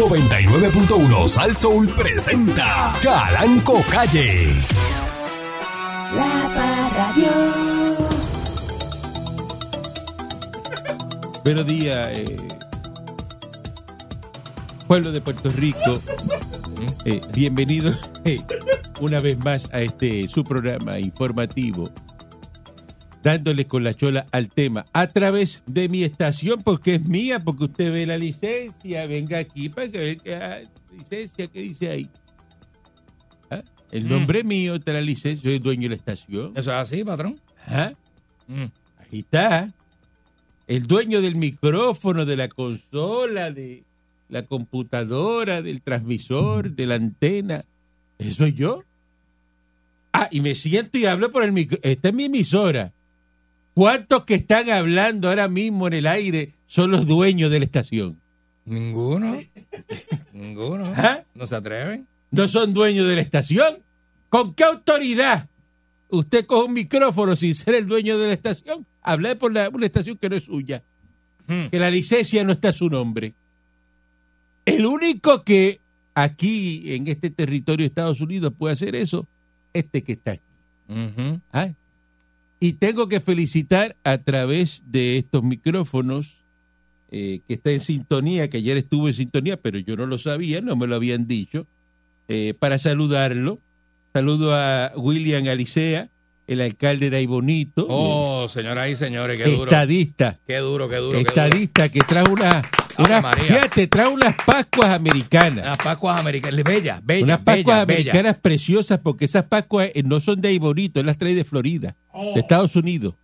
99.1 Sal Soul presenta Calanco Calle. La Parradio. Buenos días, eh, pueblo de Puerto Rico. Eh, bienvenidos eh, una vez más a este su programa informativo, dándole con la chola al tema a través de mi estación, porque es mía, porque usted ve la licencia. Venga aquí para que vea que ah, licencia que dice ahí. Ah, El nombre mío está la licencia, soy el dueño de la estación. ¿Ah? Eso es así, patrón. Ajá. Mm. Ahí está. El dueño del micrófono, de la consola, de la computadora, del transmisor, de la antena. Eso soy yo. Ah, y me siento y hablo por el micro. Esta es mi emisora. ¿Cuántos que están hablando ahora mismo en el aire son los dueños de la estación? Ninguno. Ninguno. ¿Ah? No se atreven. ¿No son dueños de la estación? ¿Con qué autoridad usted coge un micrófono sin ser el dueño de la estación? Hablar por la- una estación que no es suya. Hmm. que la licencia no está a su nombre. El único que aquí, en este territorio de Estados Unidos, puede hacer eso, este que está aquí. Ujú. Ah, Y tengo que felicitar a través de estos micrófonos eh, que está en sintonía, que ayer estuvo en sintonía, pero yo no lo sabía, no me lo habían dicho, eh, para saludarlo. Saludo a William Alicea, el alcalde de Aibonito, Oh, señoras y señores, qué duro. estadista Qué duro, qué duro. qué duro. estadista que trajo una, Ave una- María. fíjate, trajo unas Pascuas americanas. Las Pascuas americanas. Bellas, bellas. unas Pascuas bellas, bellas. americanas preciosas, porque esas Pascuas eh, no son de ahí bonito, él las trae de Florida, Oh. de Estados Unidos.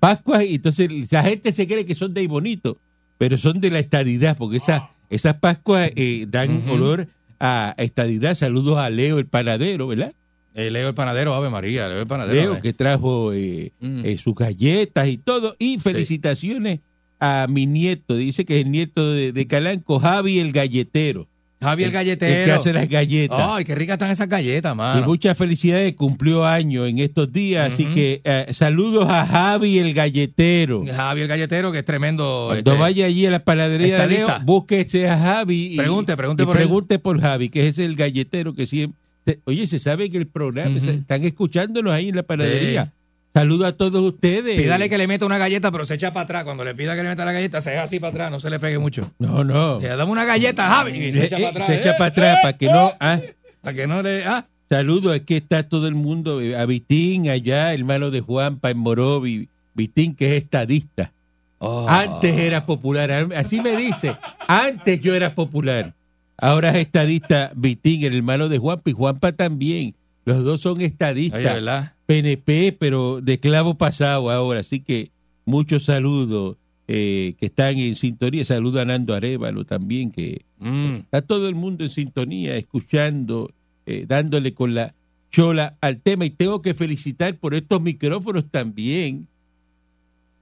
Pascuas, y entonces la gente se cree que son de ahí bonito, pero son de la estadidad, porque esas, esas Pascuas eh, dan Ah. Ujú. olor a estadidad. Saludos a Leo, el panadero, ¿verdad? Eh, Leo el panadero, Ave María, Leo el panadero. Leo, eh. que trajo eh, Mm. eh, sus galletas y todo. Y felicitaciones a mi nieto, dice que es el nieto de, de Calanco, Javi el galletero. Javier El- Galletero. El que hace las galletas. Ay, qué ricas están esas galletas, y mano. muchas felicidades, cumplió años en estos días. Así Ujú. que eh, saludos a Javi el galletero. Javier Galletero, que es tremendo. Cuando este, vaya allí a la panadería de Leo, estadista. búsquese a Javi. y- Pregunte, pregunte y por él. pregunte por Javi, que es el galletero que siempre. te- Oye, se sabe que el programa, Ujú. se- están escuchándonos ahí en la panadería. Saludo a todos ustedes. Pídale que le meta una galleta, pero se echa para atrás. Cuando le pida que le meta la galleta, se deja así para atrás, no se le pegue mucho. No, no. Le damos una galleta, Javi. Y se echa Eh, para atrás. se echa eh, para atrás, para que no. Ah, Para que no le. Ah, saludo, aquí está todo el mundo. eh, A Vitín allá, hermano de Juanpa en Morovi. Vitín, que es estadista. Antes era popular, así me dice. Antes yo era popular. Ahora es estadista Vitín, el hermano de Juanpa, y Juanpa también. Los dos son estadistas. Oye, ¿verdad? PNP, pero de clavo pasado ahora. Así que muchos saludos eh, que están en sintonía. Saludo a Nando Arevalo también, que Mm. Está todo el mundo en sintonía, escuchando, eh, dándole con la chola al tema. Y tengo que felicitar por estos micrófonos también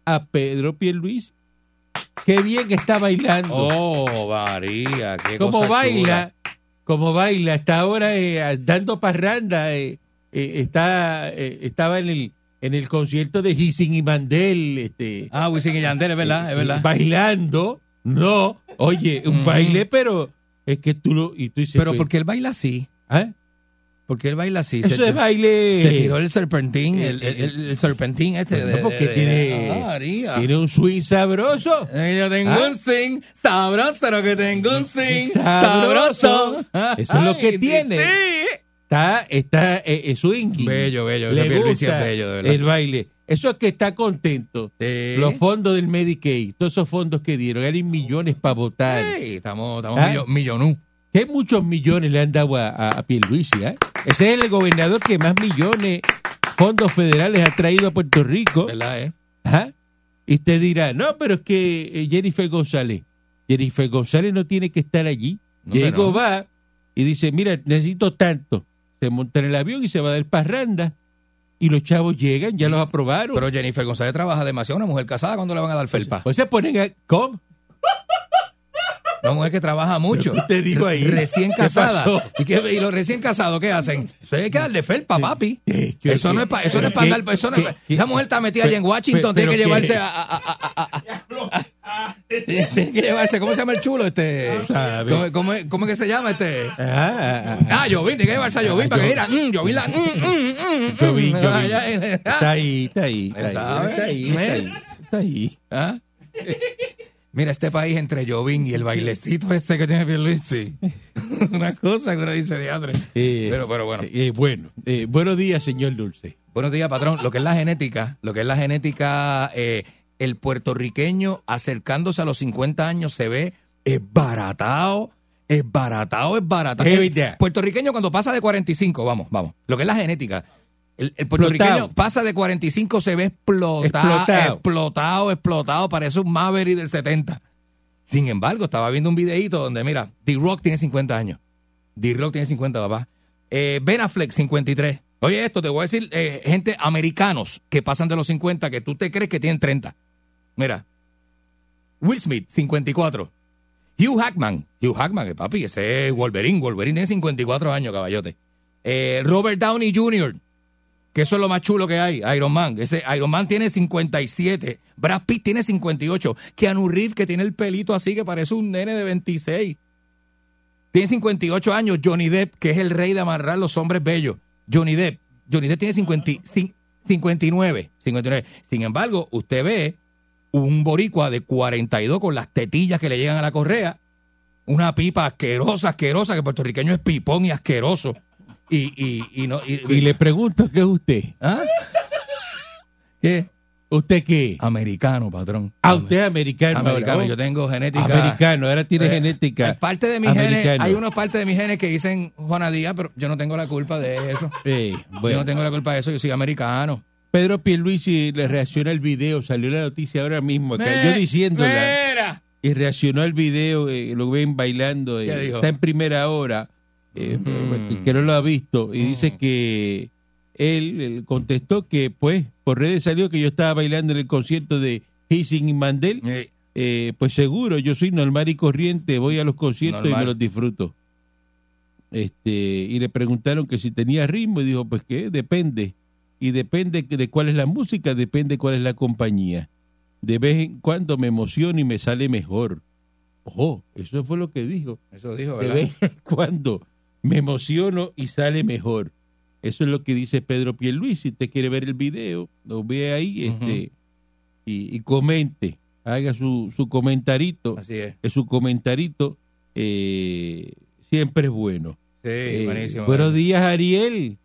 a Pedro Pierluis. Qué bien que está bailando. Oh, María, qué como cosa baila, como baila. Está ahora eh, dando parranda. eh, eh, está, eh, estaba en el, en el concierto de Gisín y Mandel. Este, chula. Ah, Wisin y Yandel, es verdad, es eh, verdad. Bailando. No, oye, un Mm. baile, pero es que tú lo. Y tú dices, Pero pues, porque él baila así, ¿ah? porque él baila así. Eso se, es baile. se tiró el serpentín, eh, el, el- el- el serpentín este. Bueno, de- de- porque de- tiene- Ah, María. Tiene un swing sabroso. Eh, Yo tengo Ah. un sing, sabroso lo que tengo un sing, Sabroso. sabroso. Eso es lo que Ay, tiene. sí. Está, está eh, eh, swingy. Bello, bello. Le ese Pierluisi gusta es bello, de verdad. el baile. Eso es que está contento. Sí. Los fondos del Medicaid, todos esos fondos que dieron, eran millones para votar. Ey, estamos estamos Ah. millo- millonú. Que muchos millones le han dado a, a, a Pierluisi, ¿eh? Ese es el gobernador que más millones, fondos federales ha traído a Puerto Rico. ¿Verdad, eh? Ajá. ¿Ah? Y te dirá, no, pero es que eh, Jennifer González, Jennifer González no tiene que estar allí. No, Diego no. va y dice, mira, necesito tanto. Se monta en el avión y se va a dar parranda. Y los chavos llegan, ya los aprobaron. Pero Jennifer González trabaja demasiado. Una mujer casada, cuando le van a dar felpa? pues se ponen a... ¿Cómo? Una mujer que trabaja mucho. ¿Qué te digo ahí? Recién ¿Qué casada. pasó? ¿Y, qué- y los recién casados qué hacen? Ustedes hay que darle felpa, papi. Eh, que- Eso no es para eso no es que- pa andar. Eso no es que- pa- esa mujer está metida allá en Washington, pero- tiene que pero llevarse que- a, a- a- a- a- Tienen que llevarse. ¿Cómo se llama el chulo este? sabe. ¿Cómo, cómo es- cómo es que se llama este? Ah, Ah, Jovín, tiene que llevarse a Jovín para que mira. Jovín. Mm, Jovín la. mm, mm, mm, mm, yo vi, yo vi. Ah, ya, eh, Está ahí, está ahí, está ahí, ¿Sabe? ¿Eh? está ahí, está ahí, está ahí. ¿Ah? Mira, este país entre Jovín y el bailecito este que tiene Pierluisi. Una cosa que uno dice de Eh, Pero, pero bueno. eh, bueno, eh, buenos días, señor Dulce. Buenos días, patrón. Lo que es la genética, lo que es la genética, eh, el puertorriqueño acercándose a los 50 años se ve esbaratado, esbaratado, esbaratado. Heavy there. Puertorriqueño cuando pasa de 45, vamos, vamos. Lo que es la genética. El, el puertorriqueño Explotado. pasa de 45, se ve explotado, Explotado. explotado, explotado, parece un Maverick del 70. Sin embargo, estaba viendo un videíto donde, mira, D-Rock tiene 50 años. D-Rock tiene 50, papá. Eh, ben Affleck, 53. Oye, esto te voy a decir, eh, gente americanos que pasan de los 50, que tú te crees que tienen 30. Mira. Will Smith, 54. Hugh Hackman. Hugh Hackman, que papi, ese es Wolverine. Wolverine tiene 54 años, caballote. Eh, Robert Downey Jr., que eso es lo más chulo que hay. Iron Man. Ese Iron Man tiene 57. Brad Pitt tiene 58. Keanu Reeves, que tiene el pelito así, que parece un nene de 26. Tiene 58 años. Johnny Depp, que es el rey de amarrar los hombres bellos. Johnny Depp. Johnny Depp tiene 50 y cin- 59. 59. Sin embargo, usted ve un boricua de 42 con las tetillas que le llegan a la correa, una pipa asquerosa, asquerosa, que el puertorriqueño es pipón y asqueroso. Y, y, y no, y- Y le pregunto qué es usted. ¿Ah? ¿Qué? ¿Usted qué? Ah, Americano, patrón. Ah, usted es americano. Americano, ahora. yo tengo genética. Americano, ahora tiene Eh, genética. en parte de mis genes, americano. hay una parte de mis genes que dicen Juana Díaz, pero yo no tengo la culpa de eso. Eh, Yo bueno. no tengo la culpa de eso, yo soy americano. Pedro Pierluisi le reacciona al video, salió la noticia ahora mismo acá. Yo Me- diciéndola. ¡Mira! Y reaccionó al video, eh, lo ven bailando. eh, ¿Qué dijo? está en primera hora, eh, Mm. que no lo ha visto. Y dice que él, él contestó que, pues, por redes salió que yo estaba bailando en el concierto de Hissing y Mandel. Eh, Eh, pues seguro, yo soy normal y corriente, voy a los conciertos y Normal. me los disfruto. Este, y le preguntaron que si tenía ritmo y dijo, pues que depende. Y depende que- de cuál es la música, depende cuál es la compañía. De vez en cuando me emociono y me sale mejor. Ojo, eso fue lo que dijo. Eso dijo, De ¿verdad? vez en cuando me emociono y sale mejor. Eso es lo que dice Pedro Pierluis. Si usted quiere ver el video, lo ve ahí Ujú. este, y, y comente. Haga su, su comentarito. Así es. Que su comentarito eh, siempre es bueno. Sí, Eh, buenísimo. buenos días, Ariel.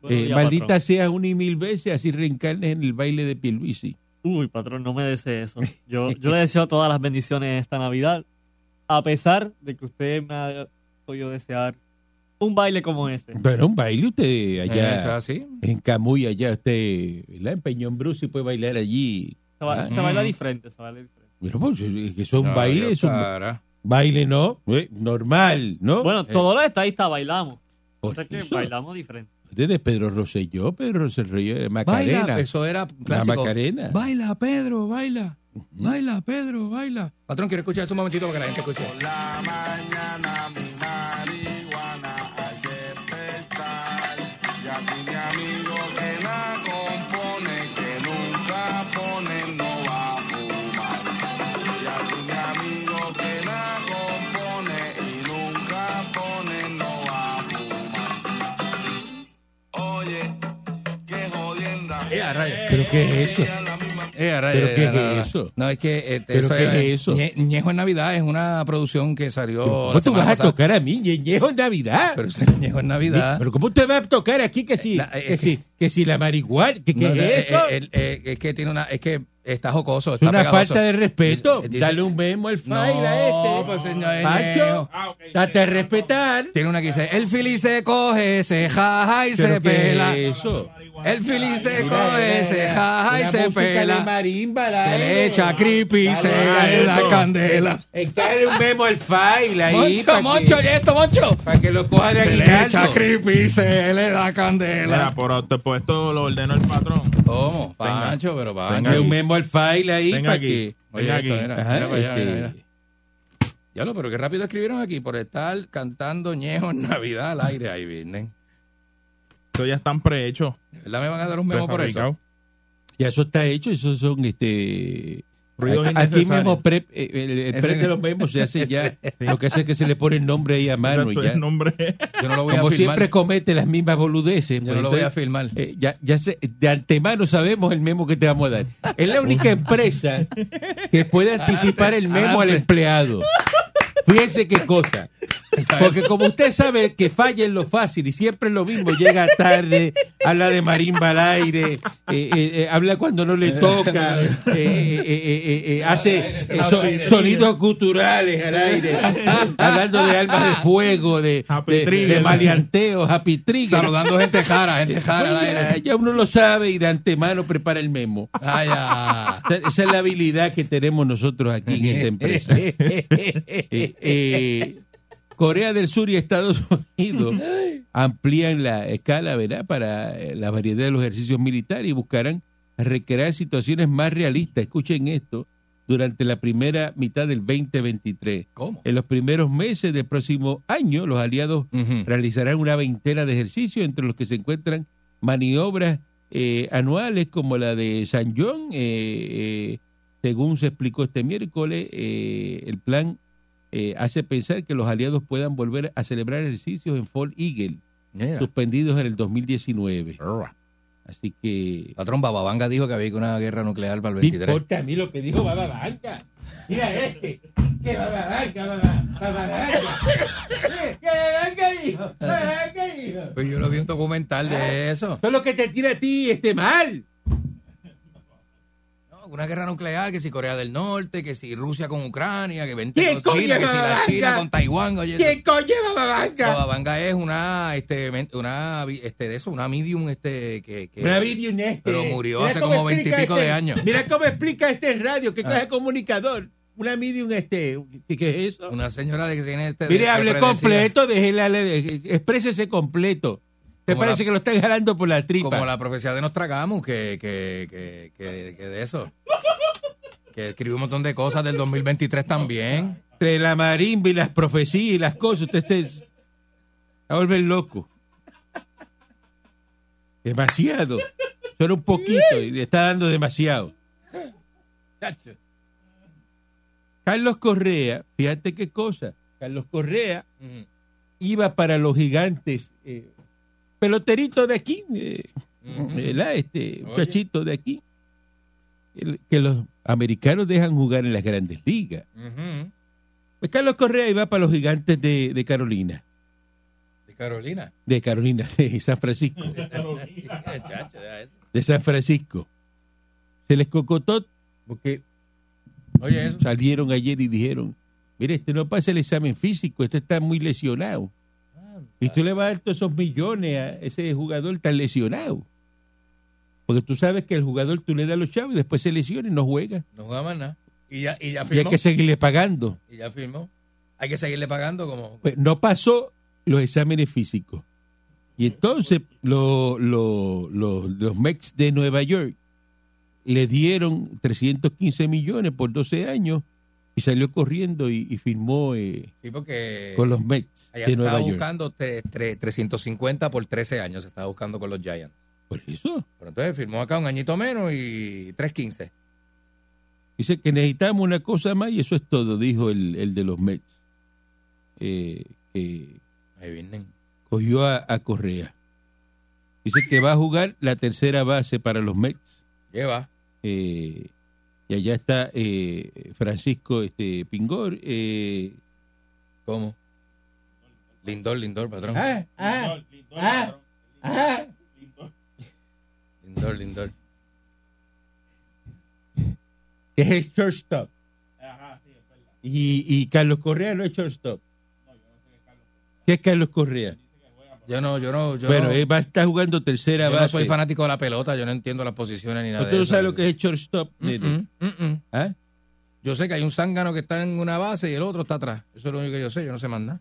Buenos Eh, días, maldita patrón. seas una y mil veces, así reencarnes en el baile de Pierluisi. Uy, patrón, no me desee eso. Yo, yo le deseo todas las bendiciones esta Navidad, a pesar de que usted me ha podido desear un baile como ese. Pero un baile usted Eh, eso es allá así. en Camuy, allá usted, ¿verdad? En Peñón Bruce y puede bailar allí Se, ba- Ah. se baila diferente, se baila diferente. Pero pues, es que son Ay, bailes, son cara. baile no, eh, normal, ¿no? Bueno, eh. todos los estadistas bailamos. O Oh, Por sea que eso, bailamos diferente. desde Pedro Rosselló, Pedro Rosselló, Macarena, Baila, eso era la clásico. Macarena. Baila, Pedro, baila. Baila, Pedro, baila. Patrón, quiero escuchar esto un momentito para que la gente escuche. Eh, a rayos. Pero qué es eso? Eh, a ¿Pero eh, qué es no, no, eso? No, es que este, ¿Pero qué era- es eso? Ñe- Ñejo en Navidad es una producción que salió. la ¿Cómo tú semana vas a pasada. tocar a mí, Ñeñejo en Navidad? Pero es Ñejo en Navidad. Pero ¿cómo usted va a tocar aquí que si, Eh, la- eh, que es si, que si la marihuana, que, que No, es no, eh, eso? eh, el- eh, es que tiene una, es que está jocoso, es está una pegajoso. falta de respeto. Dice- dice- Dale un memo al No, faila este. pues señor eh, Pancho, Ñejo. date a respetar. Tiene una que dice, el fili se coge, se jaja y se Pero ¿qué es pela. eso? El fili se Mira, coge, mira, se mira, jaja y una se música de pela. marimba, la Se aire. le echa creepy, se Dale, cae la eso. candela. Dale un memo al file ahí. Moncho, Moncho, oye esto, Moncho. Para que lo coja de Se le echa aguinaldo. creepy, se le da candela. Mira, por supuesto lo ordenó el patrón. ¿Cómo? Pancho, pero Pancho. Dale un memo al file ahí. Venga para aquí. que... Oye, Venga esto, aquí. mira, Ajá, mira para allá, este, mira, mira. Ya lo, pero qué rápido escribieron aquí por estar cantando ñejo en Navidad al aire. Ahí vienen. Eso ya están prehechos. ¿De verdad me van a dar un memo por eso? prefabricados. Ya eso está hecho. Esos son este Ruidos Aquí innecesarios. mismo prep, eh, el, el Ese- prep de los memos se hace ya. Lo que hace es que se le pone el nombre ahí a mano. Exacto, y ya. el nombre. Yo no lo voy Como a firmar. siempre comete las mismas boludeces. Yo pues, no lo voy a entonces, firmar. eh, ya, ya sé- de antemano sabemos el memo que te vamos a dar. Es la única empresa que puede anticipar el memo al adelante. empleado. Fíjense qué cosa. Está Porque como usted sabe que falla en lo fácil y siempre es lo mismo, llega tarde, habla de marimba al aire, eh, eh, eh, habla cuando no le toca, eh, eh, eh, eh, eh, hace eh, so- sonidos culturales al aire, hablando de armas de fuego, de, Happy de, trigger. de maleanteo, happy trigger. Saludando gente jara, gente jara. al Oye, aire. ya uno lo sabe y de antemano prepara el memo. Ay, ah. Esa- Esa es la habilidad que tenemos nosotros aquí en esta empresa. Eh, eh, Corea del Sur y Estados Unidos amplían la escala, ¿verdad?, para eh, la variedad de los ejercicios militares y buscarán recrear situaciones más realistas. Escuchen esto, durante la primera mitad del 2023. ¿Cómo? En los primeros meses del próximo año, los aliados Ujú. realizarán una veintena de ejercicios, entre los que se encuentran maniobras eh, anuales como la de San John, eh, eh, según se explicó este miércoles, eh, el plan eh, hace pensar que los aliados puedan volver a celebrar ejercicios en Fall Eagle, Mira. suspendidos en el 2019. Así que... Patrón Bababanga dijo que había una guerra nuclear para el Me 23. importa a mí lo que dijo Baba Blanca. Mira este. Que Baba Blanca, Baba Baba Blanca. ¿Qué Baba Blanca dijo? Baba Blanca dijo. Pues yo lo vi un documental de eso. Eso es lo que te tira a ti este mal. No, una guerra nuclear, que si Corea del Norte, que si Rusia con Ucrania, que 20 ¿Quién con coño China, que es si la Bababanga? China con Taiwán. Oye, ¿Quién coño es Baba eso- Blanca? Bababanga es una, este, men- una, vi- este, de eso, una medium, este, que, que- Bravidio Neste. Pero murió eh, Mira hace cómo como explica veintipico este- de años. Ah. Mira cómo explica este radio, que clase de comunicador. Una medium este. ¿Qué, qué es eso? una señora de que tiene este. Mire, que hable predecía- completo, déjela, eh, exprésese completo. ¿Te Como parece la- que lo están jalando por la tripa? Como la profecía de Nostradamus, que, que, que, que, que de eso. Que escribió un montón de cosas del 2023 también. entre la marimba y las profecías y las cosas, usted esté, se va a volver loco. Demasiado. Solo un poquito y le está dando demasiado. Carlos Correa, fíjate qué cosa. Carlos Correa Ujú. iba para los gigantes. eh, peloterito de aquí, eh, ¿verdad? Este muchachito de aquí. el- que los americanos dejan jugar en las grandes ligas. Ujú. Pues Carlos Correa iba para los gigantes de, de Carolina, De Carolina. de Carolina, de San Francisco, Chacho, deja eso. de San Francisco. Se les cocotó porque Oye, eso. salieron ayer y dijeron, mire, este no pasa el examen físico, este está muy lesionado. Y tú le vas a dar todos esos millones a ese jugador tan lesionado. Porque tú sabes que el jugador tú le das los chavos y después se lesiona y no juega. No juega más nada. Y ya, y ya Y hay firmó. que seguirle pagando. Y ya firmó. Hay que seguirle pagando como. Pues no pasó los exámenes físicos. Y entonces lo- lo- lo- los Mex de Nueva York le dieron 315 millones por 12 años y salió corriendo y, y firmó eh, Sí, porque con los Mex allá se de Nueva estaba York. buscando te- tre- 350 por 13 años. Se estaba buscando con los Giants. Por eso Pero entonces firmó acá un añito menos y 315. dice que necesitamos una cosa más y eso es todo, dijo el, el de los Mex. Eh, que Ahí vienen. cogió a, a Correa. Dice que va a jugar la tercera base para los Mex. Lleva. eh, y allá está eh, Francisco este, Pingor. eh, ¿Cómo? Lindor, Lindor, patrón. Ah, ¿Eh? Lindor, Lindor. que es el shortstop. Y, y Carlos Correa no es shortstop. ¿Qué es Carlos Correa? Yo no, yo no, yo bueno, eh, no, él va a estar jugando tercera yo no base. soy fanático de la pelota, yo no entiendo las posiciones ni nada Usted de no eso. sabe lo que es shortstop. nene. Mm, mm, mm, mm. ¿Ah? Yo sé que hay un zángano que está en una base y el otro está atrás. Eso es lo único que yo sé, yo no sé más nada.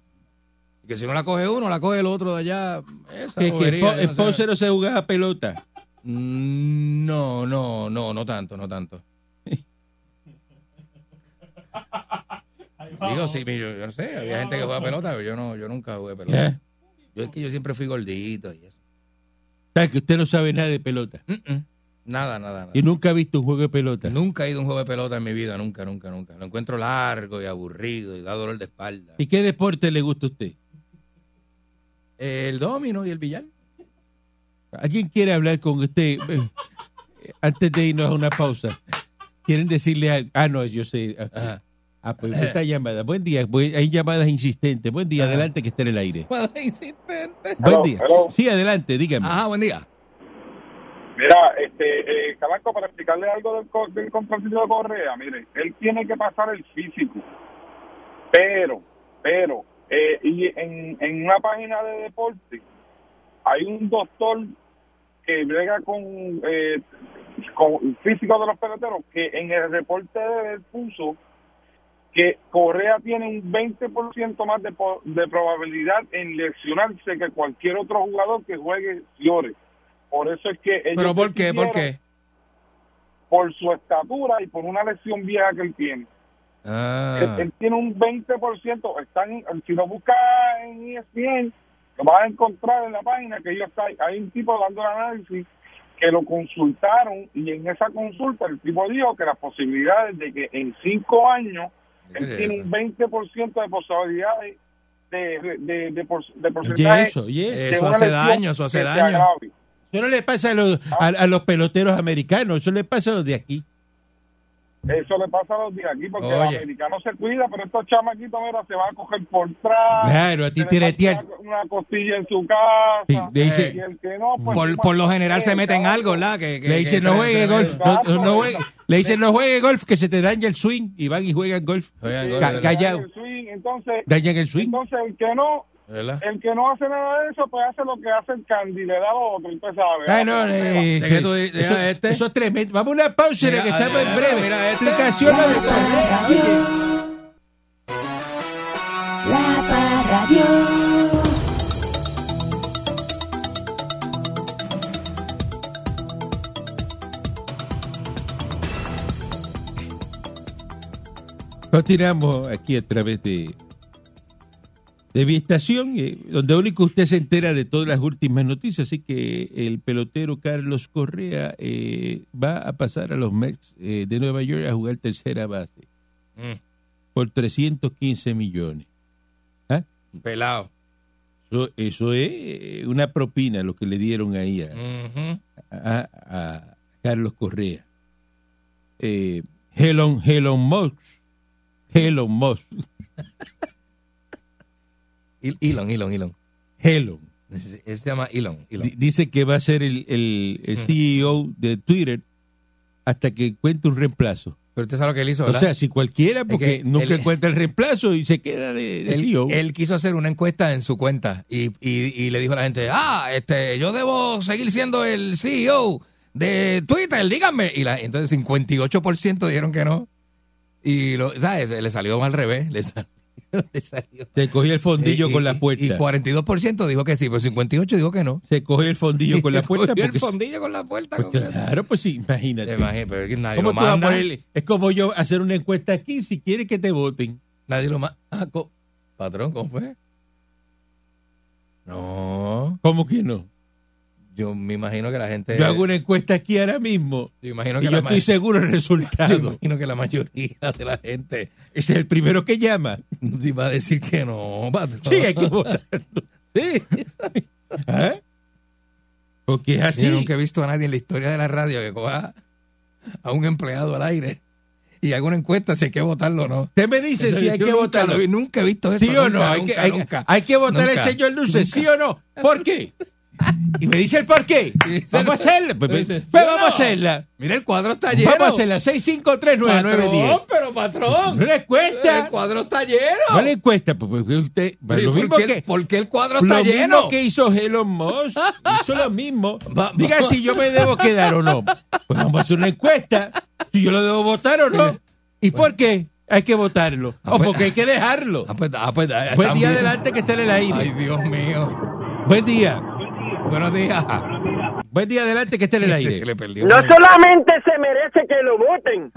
Y que si no la coge uno, la coge el otro de allá. Esa Que, que bobería, Spo- yo no sé. Sponcer no se jugaba pelota. Mm, No, no, no, no tanto, no tanto. Digo, sí, yo, yo no sé, había gente que juega pelota, pero yo no, yo nunca jugué pelota. ¿Ah? Yo es que yo siempre fui gordito y eso. Sabe Que usted no sabe nada de pelota. Mm, mm. Nada, nada, nada. Yo nunca he visto un juego de pelota. Nunca he ido a un juego de pelota en mi vida, nunca, nunca, nunca. Lo encuentro largo y aburrido y da dolor de espalda. ¿Y qué deporte le gusta a usted? El domino y el billar. ¿Alguien quiere hablar con usted Eh, antes de irnos a una pausa? ¿Quieren decirle algo? Ah, no, yo sé. Ah, Ajá. ah, pues esta llamada. Buen día. Bu- hay llamadas insistentes. Buen día. Ajá. Adelante que esté en el aire. Llamada insistente. Buen Hello, día. hello. Sí, adelante. Dígame. Ajá, buen día. Mira, este, eh, Calanco, para explicarle algo del, co- del contratito de Correa, mire, él tiene que pasar el físico, pero, pero, eh, y en, en una página de deporte hay un doctor que brega con, eh, con el físico de los peloteros que en el reporte de él puso que Correa tiene un 20% más de, po- de probabilidad en lesionarse que cualquier otro jugador que juegue Fiore. Por eso es que ellos ¿Pero por qué? ¿Por decidieron qué? por su estatura y por una lesión vieja que él tiene. Él, Ah, él tiene un 20%. Están, si lo buscas en E ESPN, lo vas a encontrar en la página que ellos hay, hay un tipo dando el análisis que lo consultaron y en esa consulta el tipo dijo que las posibilidades de que en cinco años él Mire tiene eso. un 20% de posibilidades de, de, de, de por- de Oye, porcentaje eso, oye. de Eso una hace lesión daño, eso hace que se daño. agrave. Eso no le pasa a los, a, a los peloteros americanos. Eso le pasa a los de aquí. Eso le pasa a los de aquí porque Oye. los americanos se cuidan, pero estos chamaquitos, mira, se van a coger por atrás. Claro, a ti se les va tiretear. quedar Una costilla en su casa. Sí, le dice- y el que no, pues, Por, tú por lo más general se que meten cabrón. algo, ¿verdad? Que, que- Le que dicen, no entran- juegue entran- golf. No, no- no juegue. Le dicen, no juegue golf, que se te daña el swing. Y van y juegan golf. Juegan golf, Sí, Ca- ¿verdad? callado. el swing, Entonces, Dañan el swing. entonces el que no, ¿Verdad? el que no hace nada de eso, pues hace lo que hace el Candy, le da lo otro, usted sabe. Ah, no, Hace la prueba. eh, ¿De sí. qué tú dices? eso, Ah, este. eso es tremendo. Vamos a una pausa y Mira, regresamos ah, en breve. mira, este. Explicación la de Correa. Oye. La Parradio. Continuamos aquí a través de, de mi estación, eh, donde único usted se entera de todas las últimas noticias. Así que el pelotero Carlos Correa eh, va a pasar a los Mets eh, de Nueva York a jugar tercera base Mm, por 315 millones. ¿Ah? pelado. Eso, eso es eh, una propina lo que le dieron ahí a, Ujú. a, a Carlos Correa. Eh, Elon, Elon Musk. Elon Musk. Il- Elon, Elon, Elon. Elon. Ese ese se llama Elon. Elon. Di- Dice que va a ser el, el- el Ujú. CEO de Twitter hasta que encuentre un reemplazo. Pero usted sabe lo que él hizo, O ¿verdad? sea, si cualquiera, porque que nunca él- encuentra el reemplazo y se queda de, E de CEO. él, él quiso hacer una encuesta en su cuenta y, y- y le dijo a la gente, ah, este, yo debo seguir siendo el CEO de Twitter, díganme. Y la, entonces 58% dijeron que no. Y, lo, ¿sabes? Le salió al revés. Le salió, le salió. se cogió el fondillo Y- con Eh, y- la puerta. Y 42% dijo que sí, pero 58% dijo que no. se cogió el fondillo con la puerta. Cogió porque- el fondillo con la puerta. pues completo. claro, pues sí, Te imagínate. imaginas, pero es que nadie ¿Cómo lo tú vas a manda. ponerle- Es como yo hacer una encuesta aquí si quieres que te voten. Nadie lo manda. Ah, co- patrón, ¿cómo fue? No, ¿Cómo que no? yo me imagino que la gente... Yo hago una encuesta aquí ahora mismo Yo imagino y Eh. que yo la estoy mayoría... seguro del Yo resultado. imagino que la mayoría de la gente Es el primero que llama. iba a decir que no, patrón. Sí, hay que votar. Sí. ¿Eh? ¿Ah? Porque es así. Yo nunca he visto a nadie en la historia de la radio que coja a un empleado al aire y haga una encuesta si hay que votarlo o no. Usted me dice si hay Yo que nunca votar. lo vi, Nunca he visto eso. Sí o no. nunca, Hay que, nunca, hay, nunca. hay que votar al Nunca. señor Luce. ¿Sí o no? ¿Por qué? Y me dice el por qué. Sí, Vamos a hacerla. Pues, sí, pues, sí, pues sí, vamos a no. hacerla. Mira, el cuadro está lleno. Vamos a hacerla. 6539910. Patrón, pero patrón. Una encuesta. El cuadro está lleno. No le encuesta. pues, pues, usted, Pero ¿y lo por mismo qué el- que. ¿Por qué el cuadro Lo está lleno? mismo que hizo Elon Musk, hizo lo mismo. Va- Diga va- si yo me debo quedar o no. Pues vamos a hacer una encuesta, si yo lo debo votar o no. ¿Y por qué hay que votarlo? Ah, ¿O pues- porque hay que dejarlo? Ah, pues, ah, pues, ah, Buen día también. adelante que está en el Ay, aire. Dios mío. Buen día. Buenos días. Buen día adelante que está en el Se aire. le perdió. No solamente se merece que lo voten,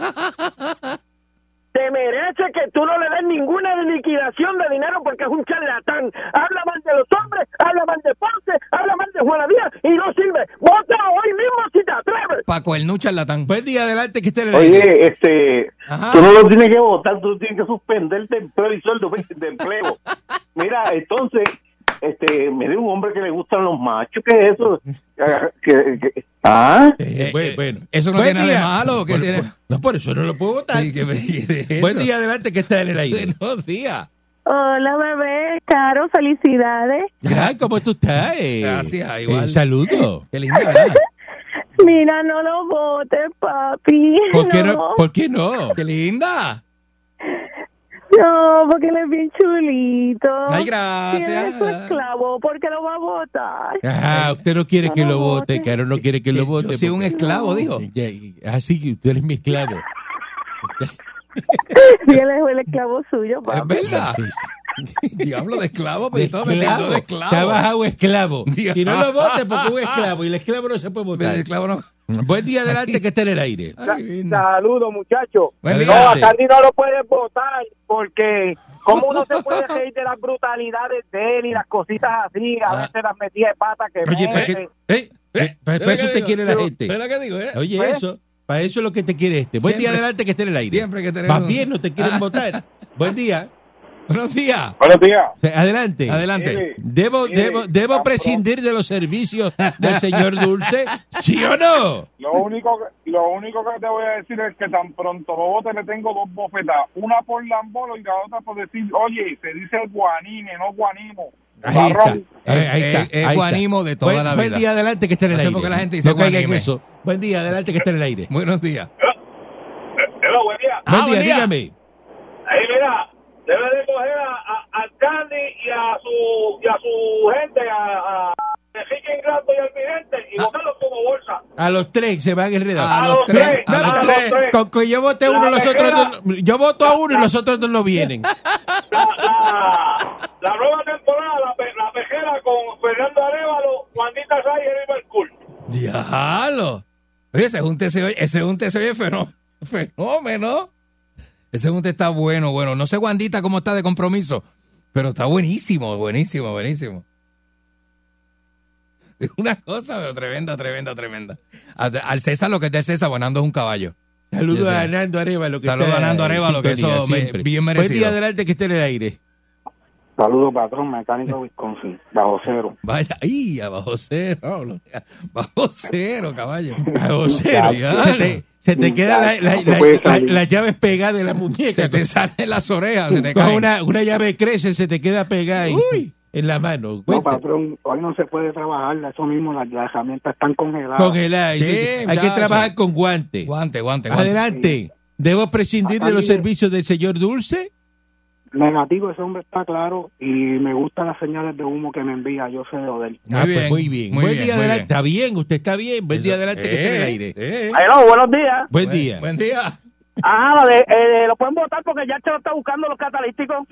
se merece que tú no le des ninguna liquidación de dinero porque es un charlatán. Habla mal de los hombres, habla mal de Ponce, habla mal de Juana Díaz y no sirve. Vota hoy mismo si te atreves. Paco el charlatán. Buen día, adelante, que esté en el aire. Oye, este, Ajá. tú no lo tienes que votar, tú tienes que suspender de empleo y sueldo de empleo. Mira, entonces, este, me dio un hombre que le gustan los machos, ¿qué es eso? Ah, que- que- ¿Ah? Eh, Eh, bueno, eh, bueno. Eso no Buen tiene nada de día. malo. que Por- tiene- por- no, por eso no lo puedo votar. Sí, que me- que de Buen eso. día, adelante, que está en el aire. Buenos días. Hola, bebé. Caro, felicidades. Ay, ¿cómo tú estás? eh? Gracias, igual. Eh, saludo. Qué linda, ¿verdad? Mira, no lo votes, papi. ¿Por qué no? no? ¿Por qué no? Qué linda. No, porque él es bien chulito. Ay, Si él es su gracias. esclavo, ¿por qué lo va a votar? Ajá, Ah, usted no quiere que lo vote, Caro, no quiere que lo vote. Eh, Yo soy un porque- Eh, esclavo, dijo. Ya, y- Así que tú eres mi esclavo. Si él es el esclavo suyo, Es papi. verdad. Sí, sí. Diablo de esclavo, De pero todo metido de esclavo. Te ha bajado esclavo. Dios. Si no lo votes, porque es un esclavo y el esclavo no se puede Pero el votar. esclavo no. Buen día, adelante, que está en el aire. Ay, bien. Saludos, muchachos. Buen No, día. a Sandy no lo puedes votar porque cómo uno se puede reír de las brutalidades de él y las cositas así, Ah. a veces las metidas de pata que Oye, ¿para mete. qué? Eh, eh, para ¿Ves lo para que eso te digo? quiere la Pero- gente. ¿Ves lo que digo, eh? Oye, eso. Para eso es lo que te quiere este. Buen día, Siempre- adelante, que esté en el aire. Siempre que tenemos- Más bien, no te quieren votar. Buen día. Buenos días. Buenos días. Adelante. Adelante. Mire, ¿Debo, mire, debo, debo tan prescindir de los servicios del señor Dulce? ¿Sí o no? Lo único, que- lo único que te voy a decir es que tan pronto lo vote le tengo dos bofetadas. Una por Lambolo y la otra por decir, oye, se dice guanine, no guanimo. Ahí está. Barrón. Eh, ahí está. Eh, eh, ahí Juanimo está. de toda Buen- la vida. Buen día, adelante, que esté en el No sé aire. por qué la gente dice No caiga en Juanime. eso. Buen día, adelante, que esté en el aire. Buenos días. Hello, buen día. Buen día, Ah, buen día. dígame. Ahí mira, debe de coger a, a, al Candy y a su y a su gente, a, a Enrique Ingrato y al Vidente, Ah. y botarlos como bolsa. A los tres se van enredados. A los tres, No, a no, los no, tres. Con que yo vote a uno, La los otros tejera. dos no- Yo voto a uno y los otros dos no vienen. La, la, la nueva temporada, la, pe- la pejera con Fernando Arevalo, Juanita Sáenz y Jerry Mercur. Diablo. Oye, ese junte se oye, ese junte se oye fenó- fenómeno. Ese junte está bueno, bueno. No sé, Guandita, cómo está de compromiso, pero está buenísimo, buenísimo, buenísimo. Es una cosa, pero tremenda, tremenda, tremenda. A- Al César lo que es de César, Bonando es un caballo. Saludos Yo sé. a Nando Arevalo. que Saludos está a Nando Arévalo, en que eso sintonía me- siempre. bien Buen merecido. día, adelante, que esté en el aire. Saludos, patrón, mecánico Wisconsin, bajo cero. Vaya, ahí, abajo cero, lo- bajo cero, caballo. Bajo cero. Ya. Se te, se te queda la, la, No te puedes la- la- salir. la llave pegada de la Se muñeca. te salen las orejas, se te Con caen. una, una llave crece, se te queda pegada ahí, en la mano. No, Cuenta. patrón, hoy no se puede trabajar, eso mismo, las, las herramientas están congeladas. Congelada. Sí, Hay que muchacho. trabajar con guante. Guante, guante, guante. Adelante. ¿Debo prescindir de los servicios del señor Dulce? Negativo, ese hombre está claro y me gustan las señales de humo que me envía, yo sé lo de él. Muy Ah, pues bien, muy bien. muy buen bien, día, muy adelante. bien. Está bien, usted está bien. Buen día, adelante, que esté en el Eh, aire. eh. Hello, buenos días. Buen día. Buen día. Ajá, lo, de, eh, lo pueden votar porque ya se lo está buscando los catalíticos.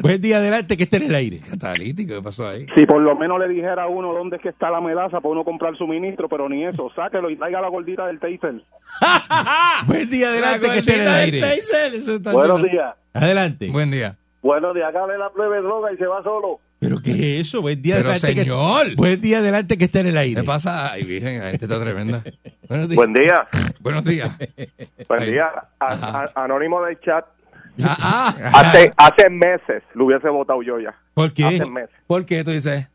Buen día, adelante, que esté en el aire. Catalítico, ¿qué pasó ahí? Si por lo menos le dijera a uno dónde es que está la melaza para uno comprar suministro, pero ni eso, sáquelo y traiga la gordita del Taser. Ah, Buen día, adelante, que esté en el Maldita aire. Taser, eso está Buenos chulo. días. Adelante. Buen día. Buenos días, acá la prueba de droga y se va solo. ¿Pero qué es eso? Buen día, Pero, adelante. que- señor. Buen día, Pues adelante, que esté en el aire. ¿Qué pasa? Ay, virgen, la gente está tremenda. Buenos días. Buen día, Buenos días. buen Ahí. día. A- Ajá. a- anónimo del chat, Ah, ah. hace, hace meses lo hubiese votado yo ya. ¿Por qué? Hace meses. ¿Por qué tú dices?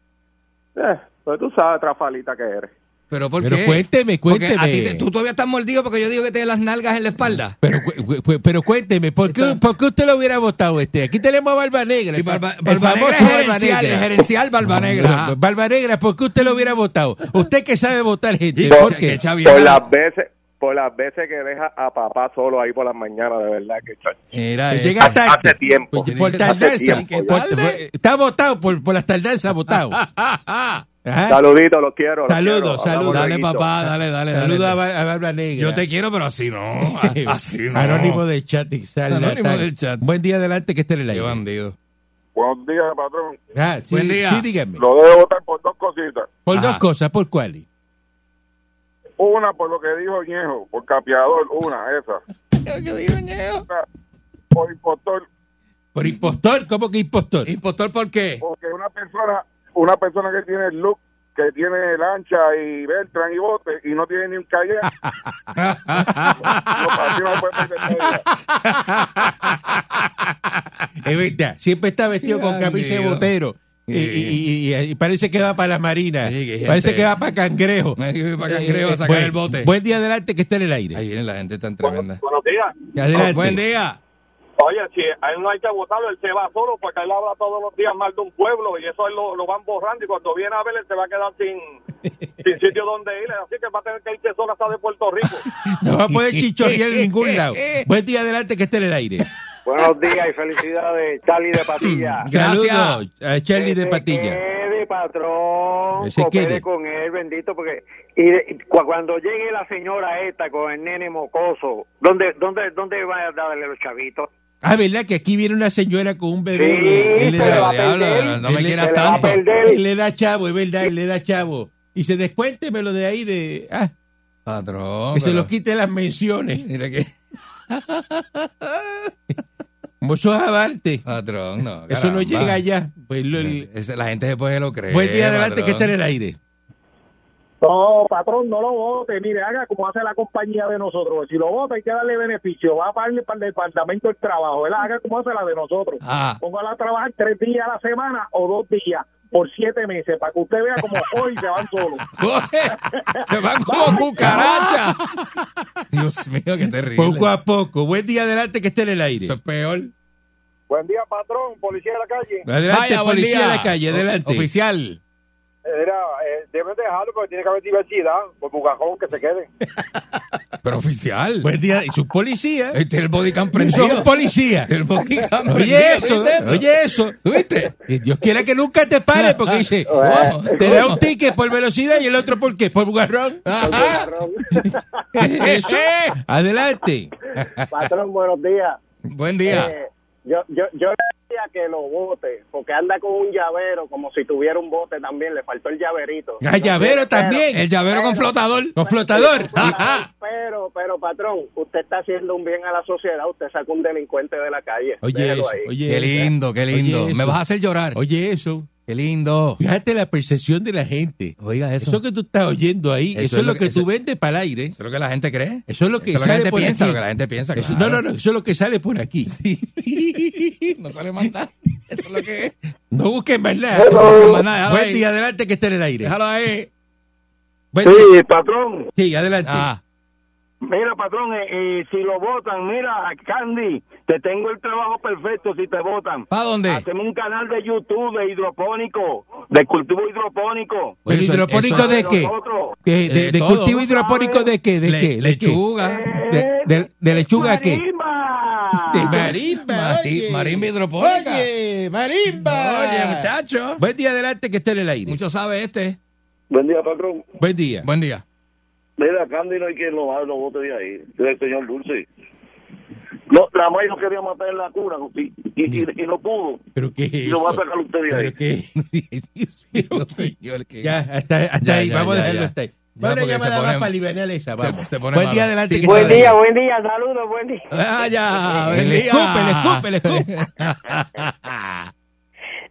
Eh, pero tú sabes, trafalita que eres. ¿Pero por Pero qué? cuénteme, Porque a cuénteme. ti te- tú todavía estás mordido porque yo digo que tienes las nalgas en la espalda. Pero, cu- cu- pero cuénteme, ¿por qué, por qué usted lo hubiera votado este? Aquí tenemos a Barba Negra. Y El, barba, el barba famoso negra es Barba gerencial, es Negra. gerencial barba negra. No, Barba Negra, ¿por qué usted lo hubiera votado? Usted que sabe votar gente. Por- ¿Por qué? que Xavi Por era- las veces, por las veces que deja a papá solo ahí por las mañanas, de verdad que chacho. Era, Que eh, llega tarde. Hace tiempo. Oye, Por Hace tardanza. tiempo, Por- ya. por- está votado, por, por las tardanzas ha votado. Ajá. Saluditos, los quiero. los Saludos, quiero. Hablamos saludos. Dale, lueguito. papá, dale, dale. dale. Saludos a, Bar- a Barba Negra. Yo te quiero, pero así no. a- Así no. Anónimo del chat. y sal- Anónimo tal. del chat. Buen día adelante que esté en el Qué aire. bandido. Buenos días, patrón. Ah, sí, Buen día. sí, dígame. Lo debo votar por dos cositas. Por Ajá. dos cosas, ¿por cuáles? Una por lo que dijo Ñejo, por capeador, una, esa. Una, por impostor, ¿Por impostor? ¿Cómo que impostor? ¿Impostor por qué? porque una persona, una persona que tiene el look que tiene lancha y Beltrán y bote y no tiene ni un calle. Es verdad, siempre está vestido con Ay, camisa de Dios. botero. Y, y- y- y- y parece que va para la marina. Sí, que gente- parece que va para cangrejo. Para Cangrejo a sacar Buen- el bote. Buen día adelante que está en el aire. Ahí viene la gente tan tremenda. Buenos días. Adelante. Oh, Buen día. Oye, si a él no hay que votarlo, él se va solo porque él habla todos los días mal de un pueblo y eso él lo, lo van borrando y cuando viene a ver él se va a quedar sin, sin sitio donde ir. Así que va a tener que irse solo hasta de Puerto Rico. No va a poder chichorrear en ningún lado. Buen día adelante que esté en el aire. Buenos días y felicidades, Charlie de Patilla. Gracias. Saludos a Charlie de Patilla. quede, patrón. Que se coopere quede. con él, bendito, porque y de- cu- cuando llegue la señora esta con el nene mocoso, ¿dónde, dónde, dónde va a darle los chavitos? Ah, ¿verdad? Que aquí viene una señora con un bebé. Sí, Él le pero da- va a perder. diablo, no me Se le quieras va a tanto. perder. Él le da chavo, es verdad, él le da chavo. Y se descuéntemelo de ahí de. Ah, Patrón. que se pero- los quite las menciones. Mira que. Muchos avarte. Patrón, no. Eso no caramba. llega allá. Pues lo- el- Ese- La gente después se lo cree. Buen día adelante que esté en patrón. el aire. No, patrón, no lo vote. Mire, haga como hace la compañía de nosotros. Si lo vota hay que darle beneficio. Va a pagarle para el departamento del trabajo. Él haga como hace la de nosotros. Ah. Póngala a trabajar tres días a la semana o dos días por siete meses para que usted vea como hoy se van solos. Se va como cucaracha. Dios mío, qué terrible. Poco a poco. Buen día adelante que esté en el aire. Eso es peor. Buen día, patrón, policía de la calle. Adelante, Vaya, buen policía día. de la calle, O- adelante. Oficial. Eh, Era, Eh, deben dejarlo porque tiene que haber diversidad. Por Bugajón, que se quede. Pero oficial. Buen día. Y sus policías. Él Tiene el bodycam prendido. Son policías. El bodycam Oye prendido, eso, ¿viste oye eso. ¿Tuviste? Que Dios quiera que nunca te pare porque dice, Ah, oh, te da un ticket por velocidad y el otro por qué, por bugarrón. Ajá. Eso. Adelante. patrón, buenos días. Buen día. Eh, yo, yo, yo le diría que lo vote, porque anda con un llavero como si tuviera un bote también, le faltó el llaverito. A Ah, llavero también. el llavero con flotador. Con flotador. Ah. Ajá. Pero, pero patrón, usted está haciendo un bien a la sociedad, usted saca un delincuente de la calle. Oye Déjelo eso, ahí. oye Qué eso. lindo, qué lindo. Oye, Me eso. vas a hacer llorar. Oye eso. Qué lindo. Fíjate la percepción de la gente. Oiga Eso, que tú estás oyendo ahí, eso, es lo que, tú eso- vendes para el aire. Eso es lo que la gente cree. Eso es lo que Eso es sale la gente por piensa, aquí. lo que la gente piensa. Eso- claro. No, no, no, eso es lo que sale por aquí. No sale más nada. Eso es lo que es. No busques más nada. Más nada, déjalo Buen ahí. día, adelante que esté en el aire. Déjalo ahí. Buen día. Sí, patrón. Sí, adelante. Ah, Mira, patrón, eh, eh, si lo votan, mira, Candy, te tengo el Eh. trabajo perfecto si te votan. ¿para Ah, dónde? Hacemos un canal de YouTube de hidropónico, de cultivo hidropónico. ¿El Pues Eso- hidropónico eso- de qué? Nosotros. ¿Qué? ¿De, Eh, de todo. cultivo hidropónico de qué? ¿De Le- qué? ¿De qué? lechuga. ¿De, de- de lechuga a qué? Marimba. De Mari- marimba hidropónica. Oye, marimba. Oye, muchacho. Buen día, adelante que esté en el aire. Mucho sabe este. Buen día, patrón. Buen día. Buen día. Mira, Candy no hay quien lo, lo vote de ahí, del señor Dulce. No, la maíz no quería matar en la cura y, y, y- y no pudo. Pero qué es Y lo va a eso? sacar usted de ahí. Pero qué- Dios mío, señor. que- Ya, hasta, hasta Ya, ahí. ya, vamos a ya, dejarlo ya. hasta ahí. Ya, Vamos a porque llamar se a más pone- para aliviar esa, vamos. se pone buen malo. día, adelante. Sí, que buen está día, bien. Buen día, saludos, buen día. Vaya, Ah, buen Le día. escupe, le escupe, le escupe.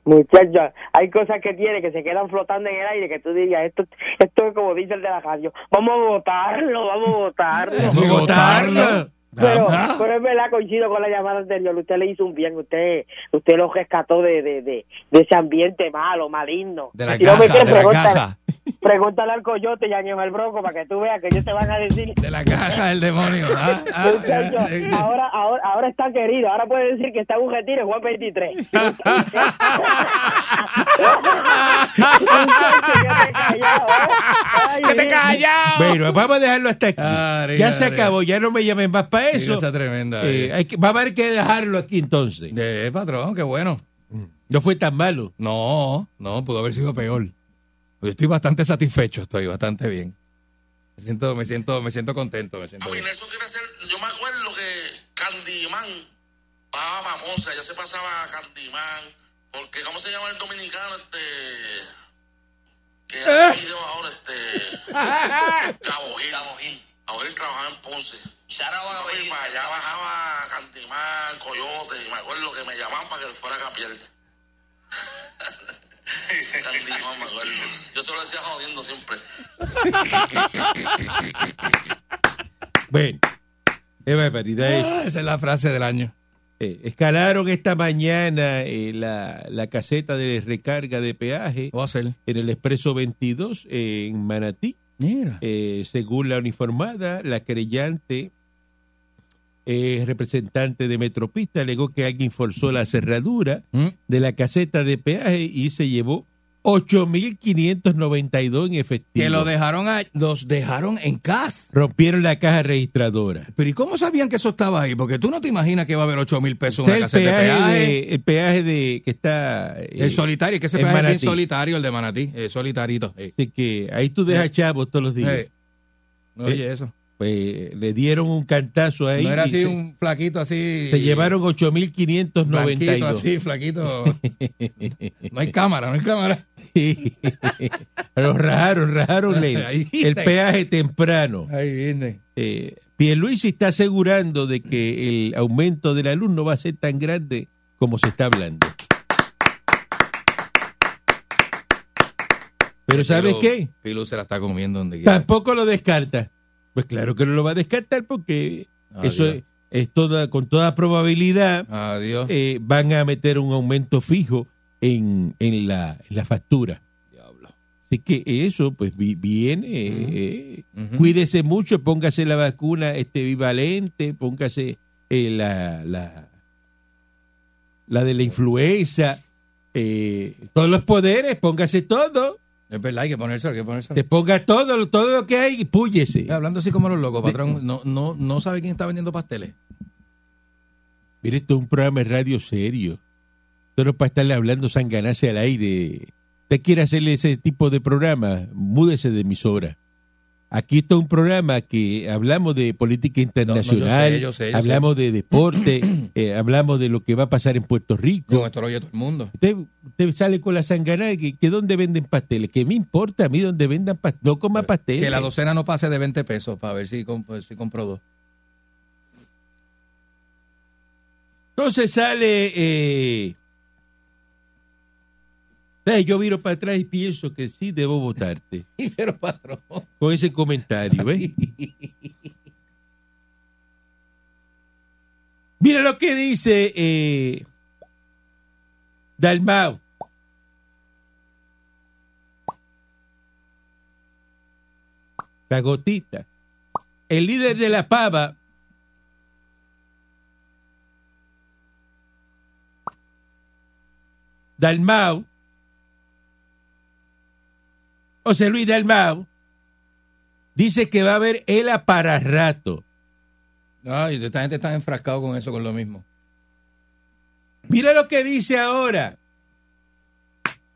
Muchachos, hay cosas que tiene que se quedan flotando en el aire que tú digas, esto, esto es como dice el de la radio, vamos a votarlo, vamos a votarlo. Vamos a votarlo. Pero, ¿ah? Ajá. pero es verdad, coincido con la llamada anterior, usted le hizo un bien, usted usted lo rescató de, de, de, de ese ambiente malo, maligno. De la Si no me casa, crees, de la pregúntale- casa. Pregúntale al coyote y a Ñejo el Bronco para que tú veas que ellos te van a decir... De la casa del demonio. Ah, ah, Muchacho, eh, ahora, ahora, ahora está querido, ahora puede decir que está en un retiro en Juan 23. ¡Que ¿eh? te callado! Bueno, vamos a dejarlo hasta aquí. Arriba, ya se arriba. acabó, ya no me llamen más para Mira eso. esa tremenda. Eh, hay que- va a haber que dejarlo aquí entonces. De patrón, qué bueno. No fue tan malo. No, no, pudo haber sido peor. Yo estoy bastante satisfecho, estoy bastante bien. Me siento, me siento, me siento contento, me siento Papi bien. Nelson quiere hacer. Yo me acuerdo que Candyman bajaba para Ponce, ya se pasaba a Candyman. Porque, ¿cómo se llama el dominicano? Este. Que ha sido ahora este. Cabo Gil. Cabo Gil. Cabo Gil trabajaba en Ponce. Papi, para allá bajaba Candyman, Coyote. Y me acuerdo que me llamaban para que fuera a cambiar. Candyman. no me acuerdo. Yo se lo decía jodiendo siempre. Bueno, qué barbaridad es. Ah, esa es la frase del año. Eh, escalaron esta mañana eh, la, la caseta de recarga de peaje Lo va a hacer. en el Expreso 22 eh, en Manatí. Mira. Eh, según la uniformada, la creyente eh, representante de Metropista alegó que alguien forzó la cerradura Mm. de la caseta de peaje y se llevó 8.592 en efectivo. Que lo dejaron a- los dejaron en casa. Rompieron la caja registradora. Pero ¿y cómo sabían que eso estaba ahí? Porque tú no te imaginas que va a haber 8 mil pesos en una Está el, caseta de peaje peaje. de- el peaje de que está eh, el solitario, que ese en peaje es bien Manatí. solitario, el de Manatí. eh, solitarito. eh. Así que ahí tú dejas chavos todos los días. Eh, Oye, eso. Pues le dieron un cantazo ahí. No era y así se, un flaquito así. se llevaron Flaquito 8.592. así, flaquito. No hay cámara, no hay cámara. Sí. Pero rajaron, rajaron ley. Ahí el está. peaje temprano. Ahí viene. Eh, Pierluisi está asegurando de que el aumento de la luz no va a ser tan grande como se está hablando. Pero ¿sabes Pilu- qué? Ah, Pilu se la está comiendo donde quiera. Tampoco lo descarta. Pues claro que no lo va a descartar porque Ah, eso Dios. es, es toda, con toda probabilidad Adiós. eh, van a meter un aumento fijo en, en la, en la factura. Diablo. Así que eso, pues vi- viene. eh, Ujú. Cuídese mucho, póngase la vacuna este bivalente, póngase eh, la, la, la de la influenza, eh, todos los poderes, póngase todo, Es verdad, hay que ponerse, hay que ponerse. te ponga todo, todo lo que hay y púyese. Eh, Hablando así como los locos, patrón, no, no, no sabe quién está vendiendo pasteles. Mire, esto es un programa de radio serio. Esto no es para estarle hablando sanganase al aire. Usted quiere hacerle ese tipo de programa, múdese de emisora. Aquí está un programa que hablamos de política internacional, yo sé, yo sé. hablamos de deporte, eh, hablamos de lo que va a pasar en Puerto Rico. Con esto lo oye todo el mundo. Usted, usted sale con la sanganada de que, que dónde venden pasteles. Que me importa a mí dónde vendan pasteles. No coma pasteles. Que la docena no pase de 20 pesos para ver si, comp- pues, si compro dos. Entonces sale. eh, ¿sabes? yo viro para atrás y pienso que sí debo votarte Pero patrón. con ese comentario. ¿ves? Mira lo que dice eh, Dalmau. Cagotita. El líder de la pava. Dalmau. José Luis Dalmau. Dice que va a haber ELA para rato. Ay, esta gente está enfrascado con eso, con lo mismo. Mira lo que dice ahora.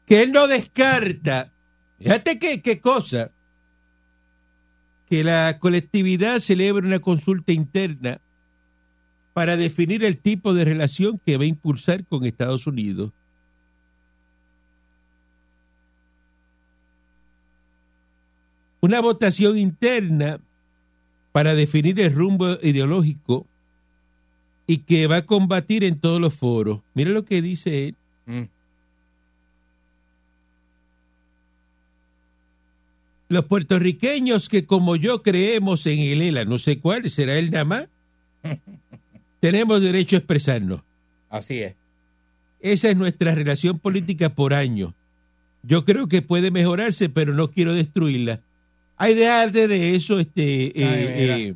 Que él no descarta. Fíjate qué, qué cosa. Que la colectividad celebre una consulta interna para definir el tipo de relación que va a impulsar con Estados Unidos. Una votación interna para definir el rumbo ideológico y que va a combatir en todos los foros. Mira lo que dice él. Mm. Los puertorriqueños que como yo creemos en el ELA, no sé cuál, será él nada más, tenemos derecho a expresarnos. Así es. Esa es nuestra relación política por año. Yo creo que puede mejorarse, pero no quiero destruirla. Hay de arte de eso, este, eh, mira. eh,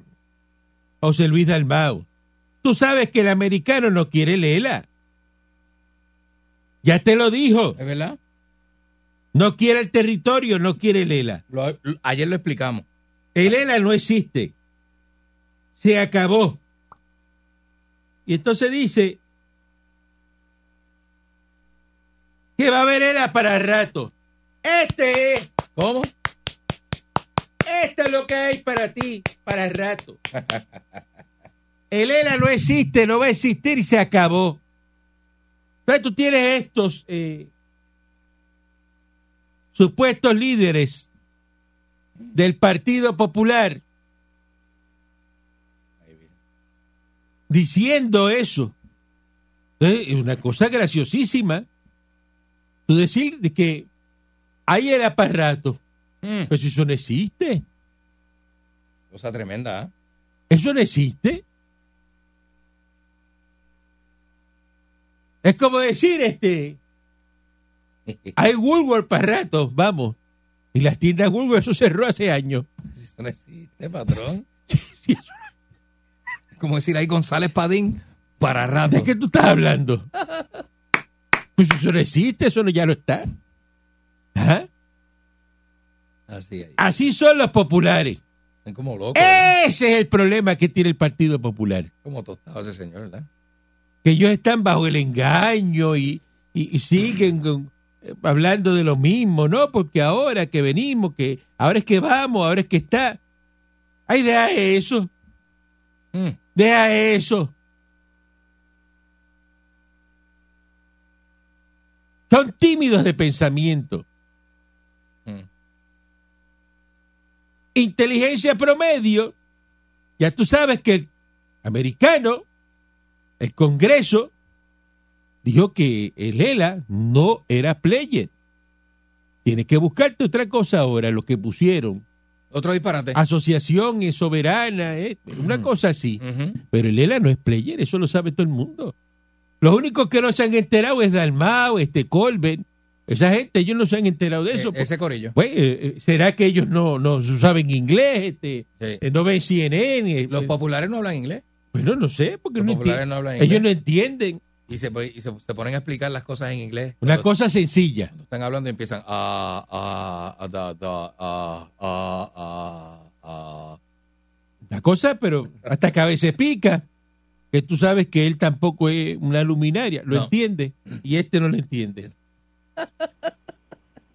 José Luis Dalmau. Tú sabes que el americano no quiere Lela. Ya te lo dijo. ¿Es verdad? No quiere el territorio, no quiere Lela. Lo- lo- ayer lo explicamos. El ELA no existe. Se acabó. Y entonces dice que va a haber ELA para rato. Este es, ¿Cómo? esto es lo que hay para ti, para rato. El ELA no existe, no va a existir y se acabó. Entonces tú tienes estos eh, supuestos líderes del Partido Popular diciendo eso. Entonces, es una cosa graciosísima. Tú decir de que Ahí era para rato. Pero si eso no existe. Cosa tremenda, ¿eh? Eso no existe. Es como decir, este. ¿ah? Hay Woolworth para rato, vamos. Y las tiendas Woolworth, eso cerró hace años. Eso no existe, patrón. Como decir ahí González Padín para rato. ¿De qué tú estás hablando? Pues eso no existe, eso no, ya no está. Ajá. Así es. Así son los populares. Están como locos, Eh. ¿verdad? Ese es el problema que tiene el Partido Popular. Como tostado ese señor, ¿verdad? Que ellos están bajo el engaño y, y- y siguen con- eh, hablando de lo mismo, ¿no? Porque ahora que venimos, que ahora es que vamos, ahora es que está. Ay, deja eso. Mm. Deja eso. Son tímidos de pensamiento. Mm. Inteligencia promedio. Ya tú sabes que el americano, el Congreso, dijo que el ELA no era player. Tienes que buscarte otra cosa ahora, lo que pusieron. Otro disparate. Ah, Asociación eh, soberana, eh, una cosa así. Ujú. Pero el ELA no es player, eso lo sabe todo el mundo. Los únicos que no se han enterado es Dalmau, este Colben. Esa gente, ellos no se han enterado de eso. Eh, ese corillo. Pues, eh, eh, ¿será que ellos no, no saben inglés? Este, Sí. eh, no ven CNN. eh, Los populares no hablan inglés. bueno, no sé, porque Los no populares entien- no hablan ellos inglés. no entienden. Y, se, y se, se ponen a explicar las cosas en inglés. Una Cuando- cosa sencilla. cuando están hablando y empiezan ah, ah, ah, da, da, ah, ah, ah, ah. Una cosa, pero hasta que a veces pica. Que tú sabes que él tampoco es una luminaria. Lo No. entiende y este no lo entiende.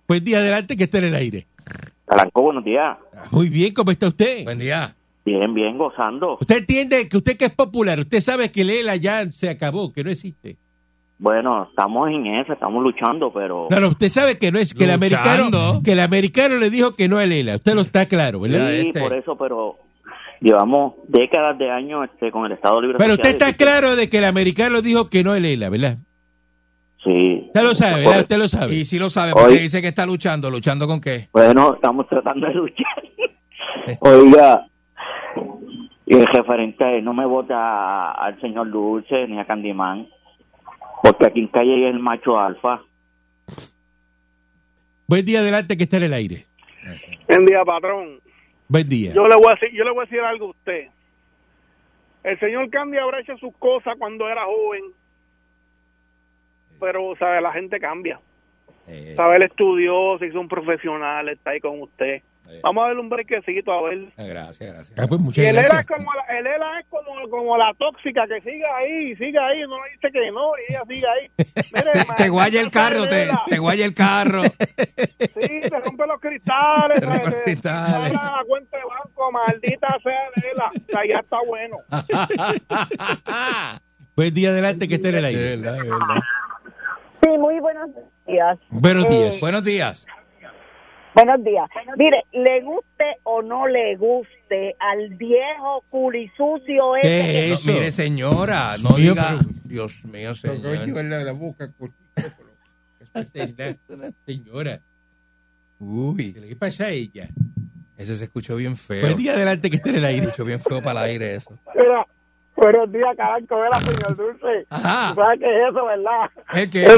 Pues día adelante que esté en el aire. Calanco, buenos días. Muy bien, ¿cómo está usted? Buen día. Bien, bien, gozando. Usted entiende que usted que es popular, usted sabe que Lela ya se acabó, que no existe. Bueno, estamos en eso, estamos luchando, pero No, no, usted sabe que no es que el americano Luchando. que el americano le dijo que no a Lela. Usted lo está claro, ¿verdad? Ya, sí, este. por eso, pero llevamos décadas de años este con el Estado Libre. Pero usted Social, está así que- claro de que el americano dijo que no a Lela, ¿verdad? Sí. Usted lo sabe, ¿verdad? Usted lo Y sabe. si lo sabe, porque Hoy- dice que está luchando. ¿Luchando con qué? Bueno, estamos tratando de luchar. Oiga, y el referente a él, no me vota al señor Dulce ni a Candimán, porque aquí en calle es el macho alfa. Buen día adelante que esté en el aire. Buen día, patrón. Buen día. Yo le voy a decir, yo le voy a decir algo a usted. El señor Candy habrá hecho sus cosas cuando era joven, pero sabe la gente cambia. Eh, Sabe, él estudió, se hizo un profesional, está ahí con usted. eh, Vamos a darle un brequecito a ver. gracias, gracias. Ah, pues muchas Y él era gracias. como la, él era como, como la tóxica que sigue ahí, sigue ahí, no le dice que no, y ella sigue ahí. Mire, Te- Te maestro, guaya el carro, te, Lela. te guaya el carro. Sí, te rompe los cristales. Te rompe te- los cristales. te abra la cuenta de banco, maldita sea Lela. O sea, ya está bueno. Ah. Buen día adelante que esté en el De aire. verdad, de verdad. Sí, muy buenos días. Buenos días. Buenos días. Buenos días. Mire, le guste o no le guste al viejo culisucio ese. ¿Qué No, es eso? mire, señora, no mío, diga. pero- Dios mío, señor. Señora, Uy, ¿qué le pasa a ella? ese se escuchó bien feo. Buen día adelante que esté en el Se aire. escuchó bien feo para el aire eso. Mira, buenos días, caranco, Vela, señor Dulce. Ajá. ¿Tú ¿Sabes qué es eso, verdad? ¿El qué? Esa,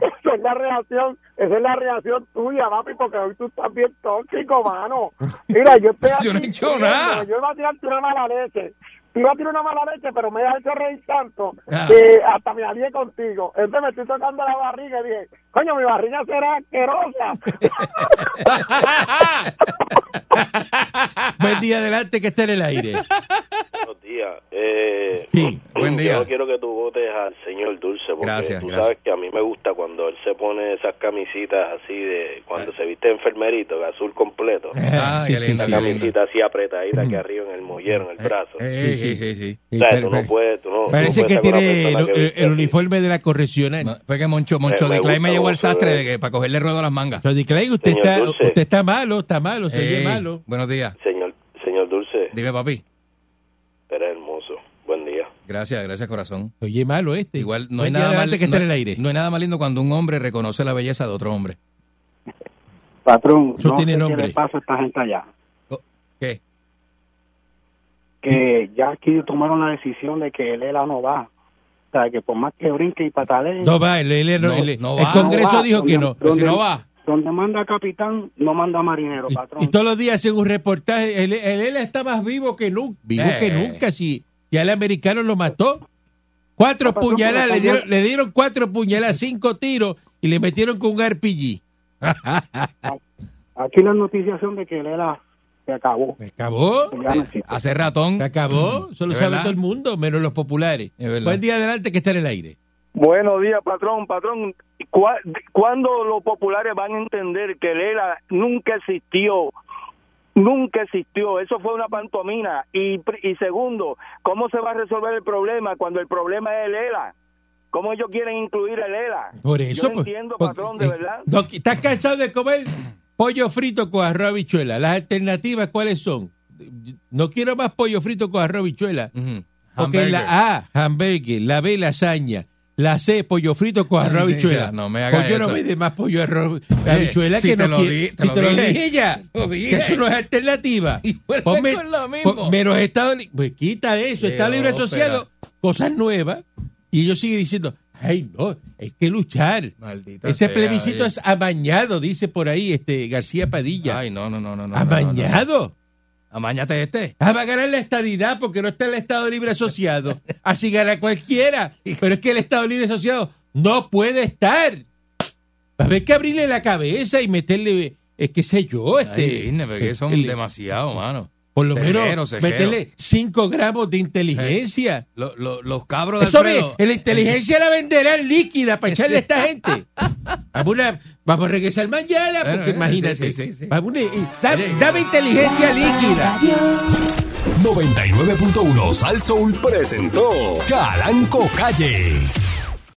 esa es la reacción, esa es la reacción tuya, papi, porque hoy tú estás bien tóxico, mano. Mira, yo estoy Yo no he aquí hecho riendo, nada. Yo iba a tirar una mala leche. Tú ibas a tirar una mala leche, pero me has hecho reír tanto Ah. que hasta me alié contigo. Entonces me estoy tocando la barriga y dije, coño, mi barriga será asquerosa. Buen día adelante que esté en el aire. Buenos días. Eh, Sí. Buen día. Yo no quiero que tú votes al señor Dulce porque Gracias, tú gracias. sabes que a mí me gusta cuando él se pone esas camisitas así de cuando se viste enfermerito, de azul completo. Ah, Sí, qué sí, linda, Esa sí. qué linda. camisita así apretadita que arriba en el mollero, en el brazo. Eh, sí, sí, sí. o sea, tú Pare- no puedes, tú no, tú Parece no que puedes ser una tiene el, persona que el- viste el así. uniforme de la correccional. No, fue que Moncho, Moncho Me- me de Clay me gusta llevó el mucho, sastre eh. de que, para cogerle ruedo a las mangas. Yo digo, "Clay, usted Señor está, Dulce. usted está malo, está malo, se oye Ey, malo. Buenos días. Señor, señor Dulce, Dime, papi. eres hermoso. Buen día. Gracias, gracias, corazón. Se oye malo este. Igual no Buen hay día nada más adelante que esté en el aire. no hay nada más lindo cuando un hombre reconoce la belleza de otro hombre. Patrón, Eso no tiene sé nombre. qué le pasa a esta gente allá. Oh, ¿Qué? Que ya aquí tomaron la decisión de que el ELA no va. O sea, que por más que brinque y patalee... No va, el, el- el- No, el- no el va. Congreso No va. dijo que Donde- no. donde- Si no va. Donde manda capitán, no manda marinero, patrón. Y todos los días hacen un reportaje. El, el ELA está más vivo que nunca. Vivo Eh. que nunca. Si ya el americano lo mató. Cuatro pasó? puñaladas. Le ¿Qué pasó? dieron, le dieron cuatro puñaladas, cinco tiros. Y le metieron con un RPG. Aquí las noticias son de que el E ELA se acabó. Se acabó. Ya no pues. existe. Hace ratón. Se acabó. Eso lo Es sabe verdad. todo el mundo, menos los populares. verdad. Buen día adelante que está en el aire. Buenos días, patrón. Patrón, ¿cuá- ¿cuándo los populares van a entender que Lela nunca existió? Nunca existió. Eso fue una pantomina. Y, pr- y segundo, ¿cómo se va a resolver el problema cuando el problema es el ELA? ¿Cómo ellos quieren incluir el ELA? Por eso. Yo pues, entiendo, porque- patrón, de eh, verdad. no, ¿Estás cansado de comer pollo frito con arroz habichuela? ¿Las alternativas cuáles son? No quiero más pollo frito con arroz habichuela. Porque Hamburger. la A, hamburgues, la B, lasaña, la C, pollo frito con arroz Sí, sí, habichuela. sí, no me hagas Pues yo no eso. me dé más pollo arroz Oye, habichuela si que te no lo quiero. di- te si lo te lo dije. dije ya. Te lo dije. Que eso no es alternativa. Pues Ponme- vuelve con lo mismo. pon- menos Estados Unidos. Pues quita eso, Qué está libre ópera. asociado, cosas nuevas. Y ellos siguen diciendo, ay no, hay que luchar. Maldita Ese sea, plebiscito oye. es amañado, dice por ahí este García Padilla. Ay, no, no, no, no. Ah, no, no, no, no. amañado. Amañate este. Ah, va a ganar la estadidad porque no está el Estado Libre Asociado. Así gana cualquiera. Pero es que el Estado Libre Asociado no puede estar. Va a haber que abrirle la cabeza y meterle, es que sé yo, este. Ay, Disney, porque son el- demasiado, mano. por lo Cejero, menos cejero. meterle 5 gramos de inteligencia. Lo- lo- los cabros de Eso ve, Alfredo. la inteligencia la venderán líquida para echarle a esta gente. Vamos, a- vamos a regresar mañana, Bueno, porque eh, imagínate. sí, sí, sí, sí. Vamos a- eh, da- dame inteligencia líquida. 99.1 Sal Soul presentó Calanco Calle.